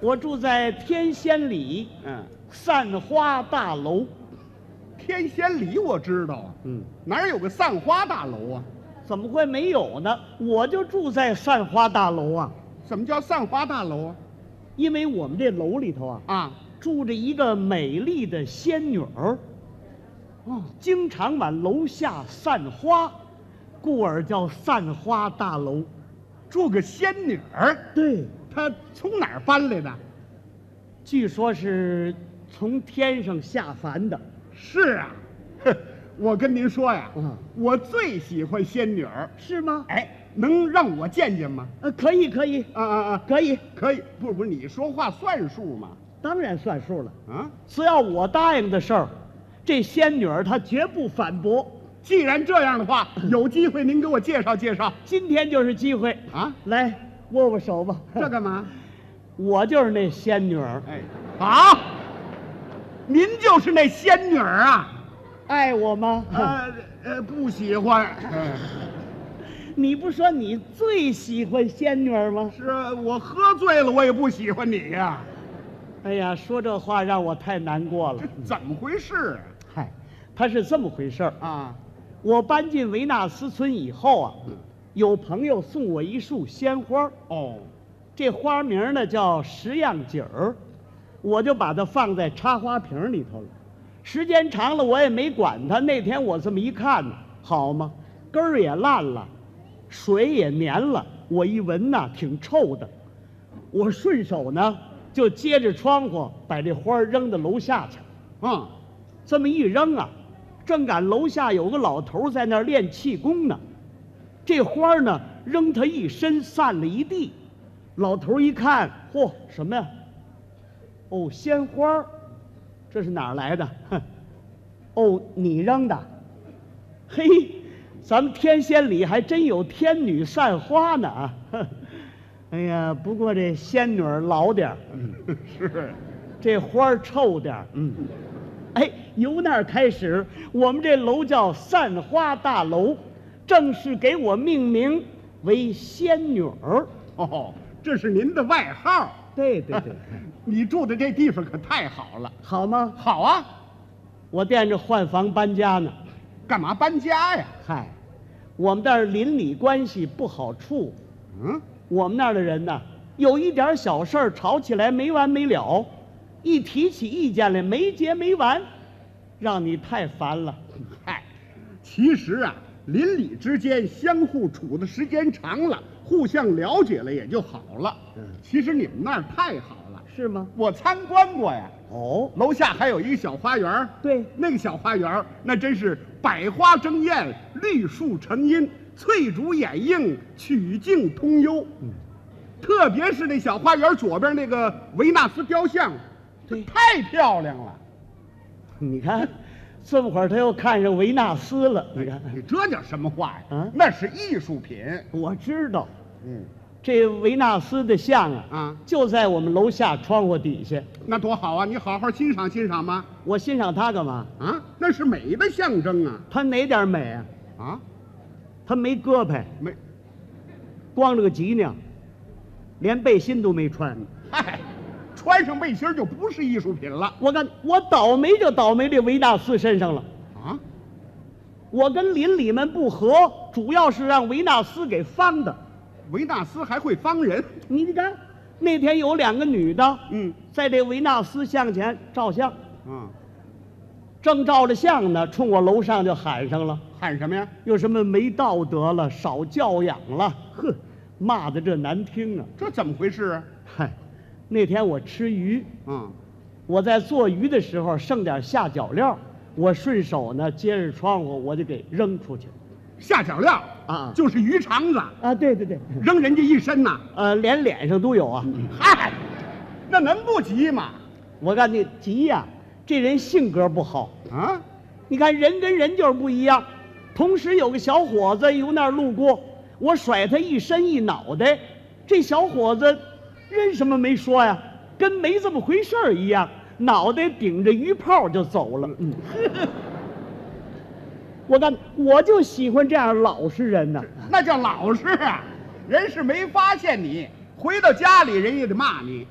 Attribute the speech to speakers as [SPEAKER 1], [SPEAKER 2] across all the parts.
[SPEAKER 1] 我住在天仙里
[SPEAKER 2] 嗯，
[SPEAKER 1] 散花大楼。
[SPEAKER 2] 天仙里我知道啊，
[SPEAKER 1] 嗯，
[SPEAKER 2] 哪儿有个散花大楼啊？
[SPEAKER 1] 怎么会没有呢？我就住在散花大楼啊，
[SPEAKER 2] 什么叫散花大楼啊？
[SPEAKER 1] 因为我们这楼里头啊，
[SPEAKER 2] 啊，
[SPEAKER 1] 住着一个美丽的仙女儿，
[SPEAKER 2] 哦，
[SPEAKER 1] 经常往楼下散花，故而叫散花大楼。
[SPEAKER 2] 住个仙女儿，
[SPEAKER 1] 对，
[SPEAKER 2] 她从哪儿搬来的？
[SPEAKER 1] 据说是从天上下凡的。
[SPEAKER 2] 是啊， 哼，我跟您说呀，
[SPEAKER 1] 嗯
[SPEAKER 2] 我最喜欢仙女儿，
[SPEAKER 1] 是吗？
[SPEAKER 2] 哎，能让我见见吗？
[SPEAKER 1] 呃，可以，可以，
[SPEAKER 2] 啊啊啊！
[SPEAKER 1] 可以，
[SPEAKER 2] 可以，不是不是，你说话算数吗？
[SPEAKER 1] 当然算数了。
[SPEAKER 2] 啊，
[SPEAKER 1] 只要我答应的事儿，这仙女儿她绝不反驳。
[SPEAKER 2] 既然这样的话，有机会您给我介绍介绍
[SPEAKER 1] 今天就是机会，
[SPEAKER 2] 啊。
[SPEAKER 1] 来握握手 吧。
[SPEAKER 2] 这干嘛？
[SPEAKER 1] 我就是那仙女儿，
[SPEAKER 2] 哎，好，您就是那仙女儿啊？
[SPEAKER 1] 爱我吗？
[SPEAKER 2] 呃呃，不喜欢。
[SPEAKER 1] 嗯你不说你最喜欢仙女儿吗？
[SPEAKER 2] 是啊我喝醉了，我也不喜欢你呀、
[SPEAKER 1] 哎呀，说这话让我太难过了
[SPEAKER 2] 这。怎么回事
[SPEAKER 1] 嗨，她是这么回事儿。
[SPEAKER 2] 啊？啊，
[SPEAKER 1] 我搬进维纳斯村以后啊，有朋友送我一束鲜花儿，
[SPEAKER 2] 哦，
[SPEAKER 1] 这花名呢叫十样锦儿，我就把它放在插花瓶里头了。时间长了，我也没管它。那天我这么一看呢，好嘛，根儿也烂了，水也粘了，我一闻呐，挺臭的。我顺手呢，就接着窗户把这花儿扔到楼下去。
[SPEAKER 2] 嗯，
[SPEAKER 1] 这么一扔啊，正赶楼下有个老头在那儿练气功呢，这花儿呢扔他一身，散了一地。老头一看，嚯，什么呀？哦，鲜花儿，这是哪儿来的？ 哼，哦，你扔的？嘿，咱们天仙里还真有天女散花呢啊！ 哼哎呀，不过这仙女儿老点儿，
[SPEAKER 2] 是，
[SPEAKER 1] 这花儿臭点儿，
[SPEAKER 2] 嗯，
[SPEAKER 1] 哎，由那儿开始，我们这楼叫散花大楼，正式给我命名为仙女儿。
[SPEAKER 2] 哦，这是您的外号。
[SPEAKER 1] 对对对，
[SPEAKER 2] 你住的这地方可太好了。
[SPEAKER 1] 好吗？
[SPEAKER 2] 好啊，
[SPEAKER 1] 我惦着换房搬家呢。
[SPEAKER 2] 干嘛搬家呀？
[SPEAKER 1] 嗨，我们那儿邻里关系不好处，
[SPEAKER 2] 嗯，
[SPEAKER 1] 我们那儿的人呢，有一点小事儿吵起来没完没了，一提起意见来没结没完，让你太烦了。
[SPEAKER 2] 嗨，其实啊，邻里之间相互处的时间长了，互相了解了也就好了。
[SPEAKER 1] 嗯
[SPEAKER 2] 其实你们那儿太好了，
[SPEAKER 1] 是吗？
[SPEAKER 2] 我参观过呀。
[SPEAKER 1] 哦，
[SPEAKER 2] 楼下还有一个小花园儿，
[SPEAKER 1] 对，
[SPEAKER 2] 那个小花园儿那真是百花争艳，绿树成荫，翠竹掩映，曲径通幽。
[SPEAKER 1] 嗯，
[SPEAKER 2] 特别是那小花园左边那个维纳斯雕像，
[SPEAKER 1] 对
[SPEAKER 2] 太漂亮 了。
[SPEAKER 1] 你看，这么会儿他又看上维纳斯了。你看，
[SPEAKER 2] 你这叫什么话呀？
[SPEAKER 1] 嗯
[SPEAKER 2] 那是艺术品。
[SPEAKER 1] 我知道
[SPEAKER 2] 嗯
[SPEAKER 1] 这维纳斯的像啊，
[SPEAKER 2] 啊，
[SPEAKER 1] 就在我们楼下窗户底下。
[SPEAKER 2] 那多好啊！你好好欣赏欣赏吧。
[SPEAKER 1] 我欣赏它干嘛？
[SPEAKER 2] 啊，那是美的象征啊！
[SPEAKER 1] 它哪点美啊？
[SPEAKER 2] 啊，
[SPEAKER 1] 它没胳膊，
[SPEAKER 2] 美，
[SPEAKER 1] 光着个脊梁，连背心都没穿。
[SPEAKER 2] 嗨，穿上背心儿就不是艺术品了
[SPEAKER 1] 我看我倒霉就倒霉这维纳斯身上了。
[SPEAKER 2] 啊！
[SPEAKER 1] 我跟邻里们不和，主要是让维纳斯给方的。
[SPEAKER 2] 维纳斯还会方人，
[SPEAKER 1] 你看，那天有两个女的，
[SPEAKER 2] 嗯
[SPEAKER 1] 在这维纳斯像前照相。
[SPEAKER 2] 啊，
[SPEAKER 1] 正照着相呢，冲我楼上就喊上了，
[SPEAKER 2] 喊什么呀？
[SPEAKER 1] 有什么没道德了、少教养了，呵，骂的这难听啊！
[SPEAKER 2] 这怎么回事啊？
[SPEAKER 1] 嗨，那天我吃鱼，
[SPEAKER 2] 啊，
[SPEAKER 1] 我在做鱼的时候剩点下脚料，我顺手呢接着窗户我就给扔出去
[SPEAKER 2] 下脚料
[SPEAKER 1] 啊
[SPEAKER 2] 就是鱼肠子，
[SPEAKER 1] 啊！对对对，
[SPEAKER 2] 扔人家一身呐、嗯
[SPEAKER 1] 呃，连脸上都有啊！
[SPEAKER 2] 嗨，那能不急吗？
[SPEAKER 1] 我告诉你，急呀、这人性格不好。
[SPEAKER 2] 啊，
[SPEAKER 1] 你看人跟人就是不一样。同时有个小伙子由那儿路过，我甩他一身一脑袋，这小伙子认什么没说呀？跟没这么回事儿一样，脑袋顶着鱼泡就走了。嗯， 我干，我就喜欢这样老实人呐、
[SPEAKER 2] 那叫老实啊！人是没发现你，回到家里人也得骂你。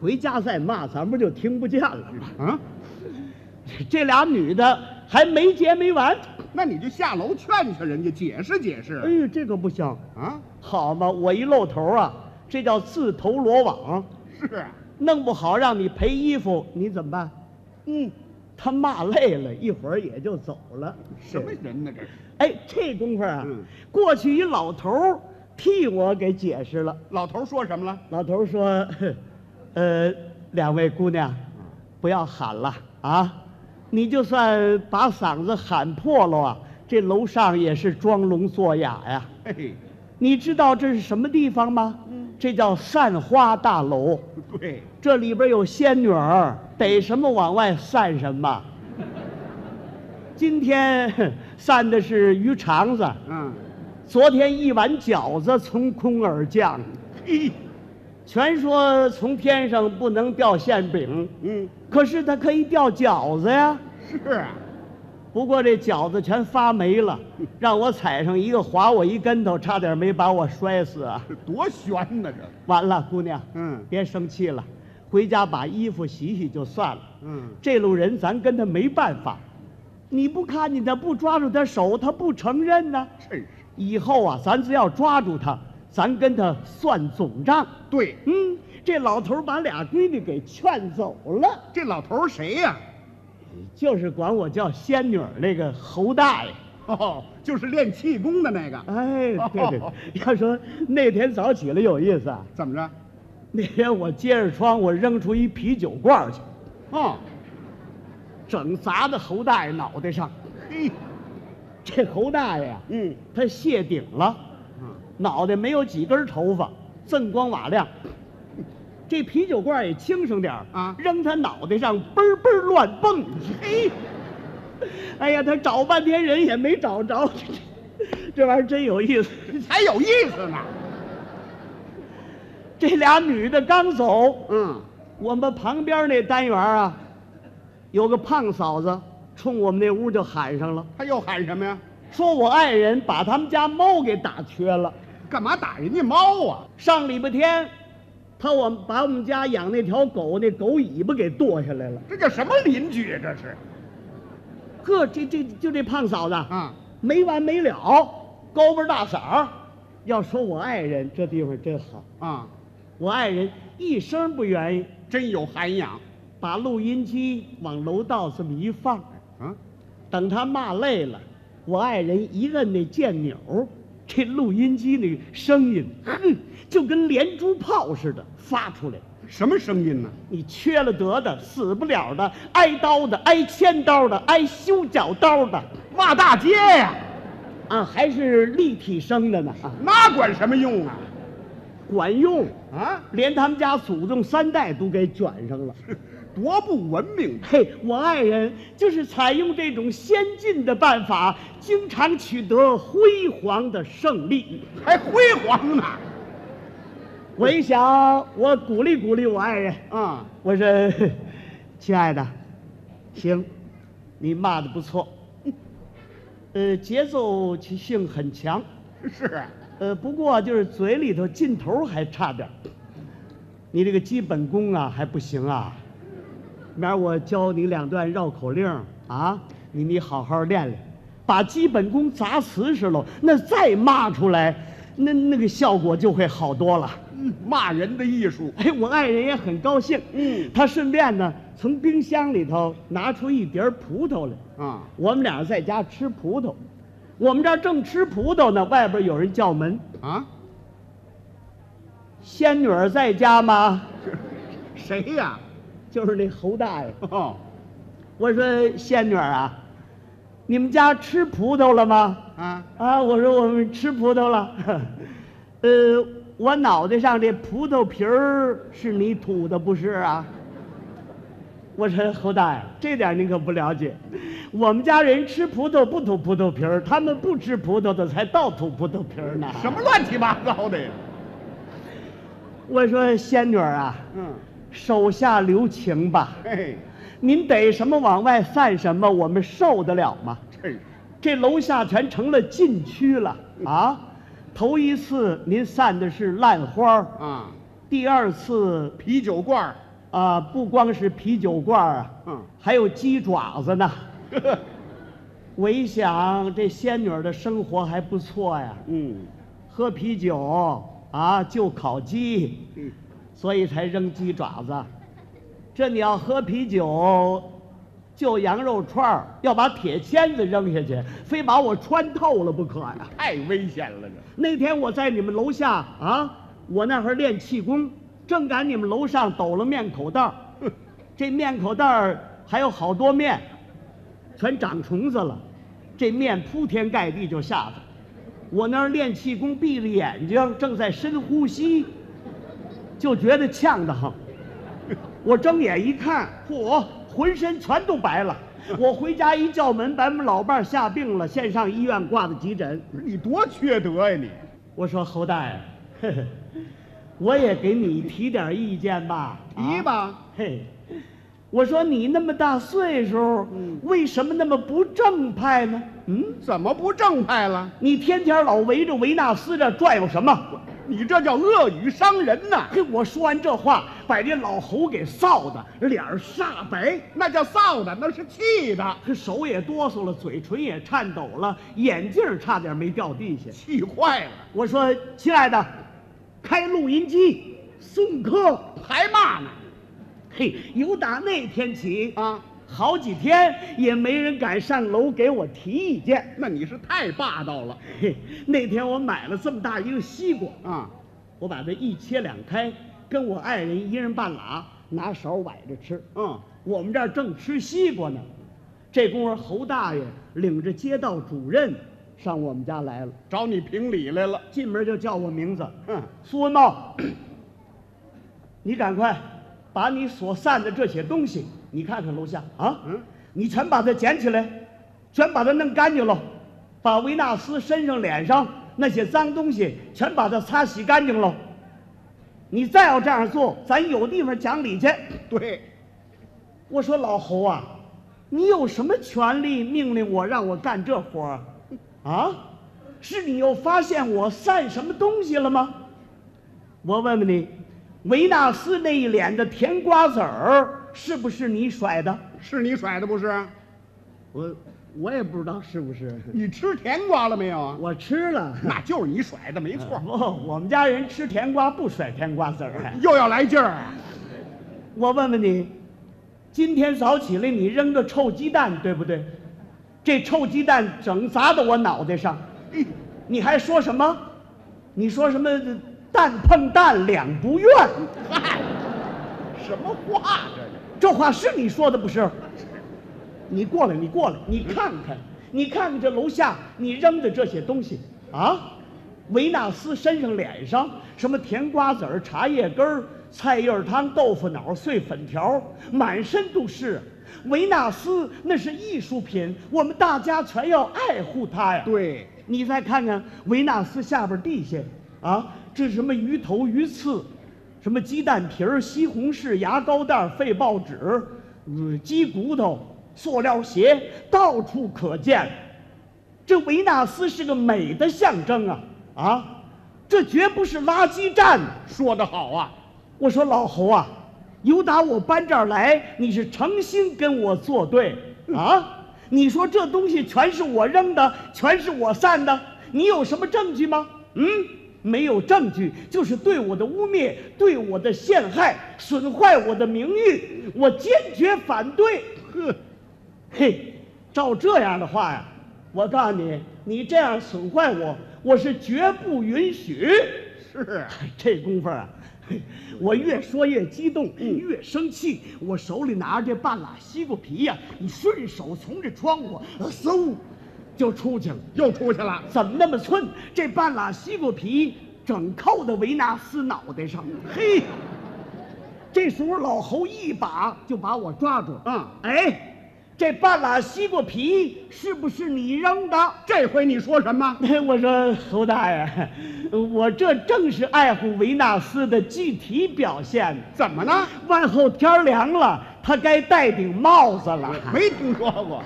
[SPEAKER 1] 回家再骂，咱们就听不见了吗？
[SPEAKER 2] 啊，
[SPEAKER 1] 这俩女的还没结没完。
[SPEAKER 2] 那你就下楼劝劝人家，解释解
[SPEAKER 1] 哎
[SPEAKER 2] 释
[SPEAKER 1] 呦，这可不行，
[SPEAKER 2] 啊。
[SPEAKER 1] 好嘛，我一露头啊，这叫自投罗网，
[SPEAKER 2] 是啊，
[SPEAKER 1] 弄不好让你赔衣服，你怎么办？
[SPEAKER 2] 嗯，
[SPEAKER 1] 他骂累了，一会儿也就走了。
[SPEAKER 2] 什么人呢这是？
[SPEAKER 1] 哎，这功夫啊，
[SPEAKER 2] 嗯
[SPEAKER 1] 过去一老头儿替我给解释了。
[SPEAKER 2] 老头说什么了？
[SPEAKER 1] 老头儿说：“ 呃，两位姑娘，不要喊了啊！你就算把嗓子喊破了啊，这楼上也是装聋作哑呀。
[SPEAKER 2] 嘿嘿，
[SPEAKER 1] 你知道这是什么地方吗？
[SPEAKER 2] 嗯
[SPEAKER 1] 这叫散花大楼，
[SPEAKER 2] 对，
[SPEAKER 1] 这里边有仙女儿，逮什么往外散什么。今天散的是鱼肠子，
[SPEAKER 2] 嗯，
[SPEAKER 1] 昨天一碗饺子从空而降。”
[SPEAKER 2] 嘿，
[SPEAKER 1] 全说从天上不能掉馅饼，
[SPEAKER 2] 嗯，
[SPEAKER 1] 可是它可以掉饺子呀。
[SPEAKER 2] 是啊，
[SPEAKER 1] 不过这饺子全发霉了，让我踩上一个划我一跟头，差点没把我摔死啊！
[SPEAKER 2] 这多悬呢这。
[SPEAKER 1] 完了，姑娘，
[SPEAKER 2] 嗯
[SPEAKER 1] 别生气了，回家把衣服洗洗就算了。
[SPEAKER 2] 嗯，
[SPEAKER 1] 这路人咱跟他没办法，你不看见他，不抓住他手，他不承认呢、
[SPEAKER 2] 真是
[SPEAKER 1] 以后啊，咱只要抓住他，咱跟他算总账。
[SPEAKER 2] 对。
[SPEAKER 1] 嗯，这老头儿把俩闺女给劝走了，
[SPEAKER 2] 这老头儿谁呀、
[SPEAKER 1] 就是管我叫仙女儿那个侯大爷。
[SPEAKER 2] 哦，就是练气功的那个。
[SPEAKER 1] 哎，对对，对要说那天早起来有意思啊。
[SPEAKER 2] 怎么着？
[SPEAKER 1] 那天我接着窗，我扔出一啤酒罐儿去，
[SPEAKER 2] 哦，
[SPEAKER 1] 整砸在侯大爷脑袋上。
[SPEAKER 2] 嘿，
[SPEAKER 1] 这侯大爷啊，
[SPEAKER 2] 嗯
[SPEAKER 1] 他谢顶了，
[SPEAKER 2] 嗯，
[SPEAKER 1] 脑袋没有几根头发，锃光瓦亮。这啤酒罐儿也轻省点儿
[SPEAKER 2] 啊
[SPEAKER 1] 扔他脑袋上，嘣儿嘣儿乱蹦。
[SPEAKER 2] 嘿，
[SPEAKER 1] 哎呀，他找半天人也没找着， 这玩意儿真有意思。
[SPEAKER 2] 还有意思呢。
[SPEAKER 1] 这俩女的刚走，
[SPEAKER 2] 嗯，
[SPEAKER 1] 我们旁边那单元啊，有个胖嫂子冲我们那屋就喊上了，
[SPEAKER 2] 他又喊什么呀？
[SPEAKER 1] 说我爱人把他们家猫给打瘸了。
[SPEAKER 2] 干嘛打人家猫啊？
[SPEAKER 1] 上礼拜天，他我们把我们家养那条狗那狗尾巴给剁下来了。
[SPEAKER 2] 这叫什么邻居啊？这是
[SPEAKER 1] 呵，这这就这胖嫂子
[SPEAKER 2] 啊，
[SPEAKER 1] 没完没了，高门大嗓儿。要说我爱人，这地方真好。
[SPEAKER 2] 啊，
[SPEAKER 1] 我爱人一声不愿意，
[SPEAKER 2] 真有涵养。
[SPEAKER 1] 把录音机往楼道这么一放，
[SPEAKER 2] 啊，
[SPEAKER 1] 等他骂累了，我爱人一摁那键钮，这录音机那个声音，哼，就跟连珠炮似的发出来。
[SPEAKER 2] 什么声音呢？
[SPEAKER 1] 你缺了德的，死不了的，挨刀的，挨千刀的，挨修脚刀的，
[SPEAKER 2] 骂大街呀、
[SPEAKER 1] 啊，还是立体声的呢，啊，
[SPEAKER 2] 那管什么用啊？
[SPEAKER 1] 管用，
[SPEAKER 2] 啊，
[SPEAKER 1] 连他们家祖宗三代都给卷上了。
[SPEAKER 2] 多不文明！
[SPEAKER 1] 嘿，我爱人就是采用这种先进的办法，经常取得辉煌的胜利。
[SPEAKER 2] 还辉煌呢。
[SPEAKER 1] 我一想，我鼓励鼓励我爱人，
[SPEAKER 2] 啊，
[SPEAKER 1] 我说：“ 亲爱的，行，你骂的不错， 呃，节奏性很强，
[SPEAKER 2] 是啊，
[SPEAKER 1] 呃，不过就是嘴里头劲头还差点儿，你这个基本功啊还不行啊。明儿我教你两段绕口令儿啊，你你好好练练，把基本功砸瓷实喽，那再骂出来，那那个效果就会好多了。
[SPEAKER 2] 嗯，骂人的艺术。
[SPEAKER 1] 哎，我爱人也很高兴，
[SPEAKER 2] 嗯
[SPEAKER 1] 他顺便呢从冰箱里头拿出一碟儿葡萄来。
[SPEAKER 2] 啊，
[SPEAKER 1] 我们俩在家吃葡萄，我们这儿正吃葡萄呢，外边有人叫门。
[SPEAKER 2] 啊，
[SPEAKER 1] 仙女儿在家吗？
[SPEAKER 2] 谁呀、
[SPEAKER 1] 就是那侯大爷。
[SPEAKER 2] 哦，
[SPEAKER 1] 我说仙女儿啊，你们家吃葡萄了吗？
[SPEAKER 2] 啊，
[SPEAKER 1] 啊，我说我们吃葡萄了。 呃，我脑袋上这葡萄皮儿是你吐的不是啊？我说侯大爷，这点您可不了解。我们家人吃葡萄不吐葡萄皮儿，他们不吃葡萄的才倒吐葡萄皮儿呢。
[SPEAKER 2] 什么乱七八糟的呀？
[SPEAKER 1] 我说仙女儿啊，
[SPEAKER 2] 嗯，
[SPEAKER 1] 手下留情吧。
[SPEAKER 2] 嘿，
[SPEAKER 1] 您逮什么往外散什么，我们受得了吗？
[SPEAKER 2] 真是
[SPEAKER 1] 这楼下全成了禁区了啊！头一次您散的是烂花儿
[SPEAKER 2] 啊，
[SPEAKER 1] 第二次
[SPEAKER 2] 啤酒罐儿
[SPEAKER 1] 啊，不光是啤酒罐儿啊，
[SPEAKER 2] 嗯
[SPEAKER 1] 还有鸡爪子呢。我一想，这仙女儿的生活还不错呀，
[SPEAKER 2] 嗯，
[SPEAKER 1] 喝啤酒啊，就烤鸡，
[SPEAKER 2] 嗯
[SPEAKER 1] 所以才扔鸡爪子。这你要喝啤酒，就羊肉串儿，要把铁签子扔下去，非把我穿透了不可呀、
[SPEAKER 2] 太危险了这。
[SPEAKER 1] 那天我在你们楼下啊，我那会儿练气功，正赶你们楼上抖了面口袋儿，这面口袋儿还有好多面，全长虫子了，这面铺天盖地就下来。我那儿练气功，闭着眼睛正在深呼吸，就觉得呛得慌。我睁眼一看，嚯，浑身全都白了。我回家一叫门，把我们老伴儿吓病了，先上医院挂的急诊。
[SPEAKER 2] 不是你多缺德呀你！
[SPEAKER 1] 我说侯大爷， 呵呵我也给你提点意见吧。
[SPEAKER 2] 提吧
[SPEAKER 1] 啊嘿，我说你那么大岁数，
[SPEAKER 2] 嗯
[SPEAKER 1] 为什么那么不正派呢？嗯，
[SPEAKER 2] 怎么不正派了？
[SPEAKER 1] 你天天老围着维纳斯这转悠什么？
[SPEAKER 2] 你这叫恶语伤人呐！
[SPEAKER 1] 嘿，我说完这话，把这老侯给臊的，脸儿煞白，
[SPEAKER 2] 那叫臊的，那是气的，
[SPEAKER 1] 手也哆嗦了，嘴唇也颤抖了，眼镜儿差点没掉地下。
[SPEAKER 2] 气坏了，
[SPEAKER 1] 我说，亲爱的，开录音机送客。
[SPEAKER 2] 还骂呢
[SPEAKER 1] 嘿，由打那天起，
[SPEAKER 2] 啊！
[SPEAKER 1] 好几天也没人敢上楼给我提意见。
[SPEAKER 2] 那你是太霸道了
[SPEAKER 1] 嘿，那天我买了这么大一个西瓜，
[SPEAKER 2] 啊！
[SPEAKER 1] 我把它一切两开，跟我爱人一人半拉，拿勺崴着吃。
[SPEAKER 2] 嗯，
[SPEAKER 1] 我们这儿正吃西瓜呢，这功夫侯大爷领着街道主任上我们家来了，
[SPEAKER 2] 找你评理来了。
[SPEAKER 1] 进门就叫我名字，
[SPEAKER 2] 嗯，
[SPEAKER 1] 苏文茂，你赶快把你所散的这些东西，你看看楼下啊，
[SPEAKER 2] 嗯
[SPEAKER 1] 你全把它捡起来，全把它弄干净喽，把维纳斯身上、脸上那些脏东西全把它擦洗干净喽。你再要这样做，咱有地方讲理去。
[SPEAKER 2] 对，
[SPEAKER 1] 我说老侯啊，你有什么权利命令我让我干这活儿啊？啊，是你又发现我散什么东西了吗？我问问你，维纳斯那一脸的甜瓜子儿是不是你甩的？
[SPEAKER 2] 是你甩的不是？
[SPEAKER 1] 我我也不知道是不是，
[SPEAKER 2] 你吃甜瓜了没有啊？
[SPEAKER 1] 我吃了。
[SPEAKER 2] 那就是你甩的，没错 儿。
[SPEAKER 1] 不，我们家人吃甜瓜不甩甜瓜子儿。
[SPEAKER 2] 又要来劲儿啊！
[SPEAKER 1] 我问问你，今天早起来你扔个臭鸡蛋，对不对？这臭鸡蛋整砸到我脑袋上，
[SPEAKER 2] 哎
[SPEAKER 1] 你还说什么？你说什么蛋碰蛋两不怨？
[SPEAKER 2] 嗨，什么话这是？
[SPEAKER 1] 这话是你说的不是？你过来，你过来，你看看，你看看这楼下你扔的这些东西啊，维纳斯身上、脸上，什么甜瓜子儿、茶叶根儿、菜叶儿汤、豆腐脑儿、碎粉条儿，满身都是。维纳斯那是艺术品，我们大家全要爱护它呀。
[SPEAKER 2] 对，
[SPEAKER 1] 你再看看维纳斯下边地下啊，这是什么鱼头、鱼刺，什么鸡蛋皮儿、西红柿、牙膏袋、废报纸、嗯鸡骨头、塑料鞋，到处可见。这维纳斯是个美的象征啊啊！这绝不是垃圾站。
[SPEAKER 2] 说得好啊！
[SPEAKER 1] 我说老侯啊，由打我搬这儿来，你是诚心跟我作对啊？你说这东西全是我扔的，全是我散的，你有什么证据吗？嗯，没有证据，就是对我的污蔑，对我的陷害，损坏我的名誉，我坚决反对。
[SPEAKER 2] 呵，
[SPEAKER 1] 嘿，照这样的话呀，我告诉你，你这样损坏我，我是绝不允许。
[SPEAKER 2] 是啊，
[SPEAKER 1] 这功夫啊，嘿我越说越激动，越生气。我手里拿着这半拉西瓜皮呀、你顺手从这窗户呃嗖就出去了。
[SPEAKER 2] 又出去了。
[SPEAKER 1] 怎么那么寸？这半拉西瓜皮整扣在维纳斯脑袋上。嘿，这时候老侯一把就把我抓住。
[SPEAKER 2] 嗯
[SPEAKER 1] 哎，这半拉西瓜皮是不是你扔的？
[SPEAKER 2] 这回你说什么？
[SPEAKER 1] 我说侯大爷，我这正是爱护维纳斯的具体表现。
[SPEAKER 2] 怎么呢？
[SPEAKER 1] 往后天儿凉了，他该戴顶帽子了。
[SPEAKER 2] 没听说过。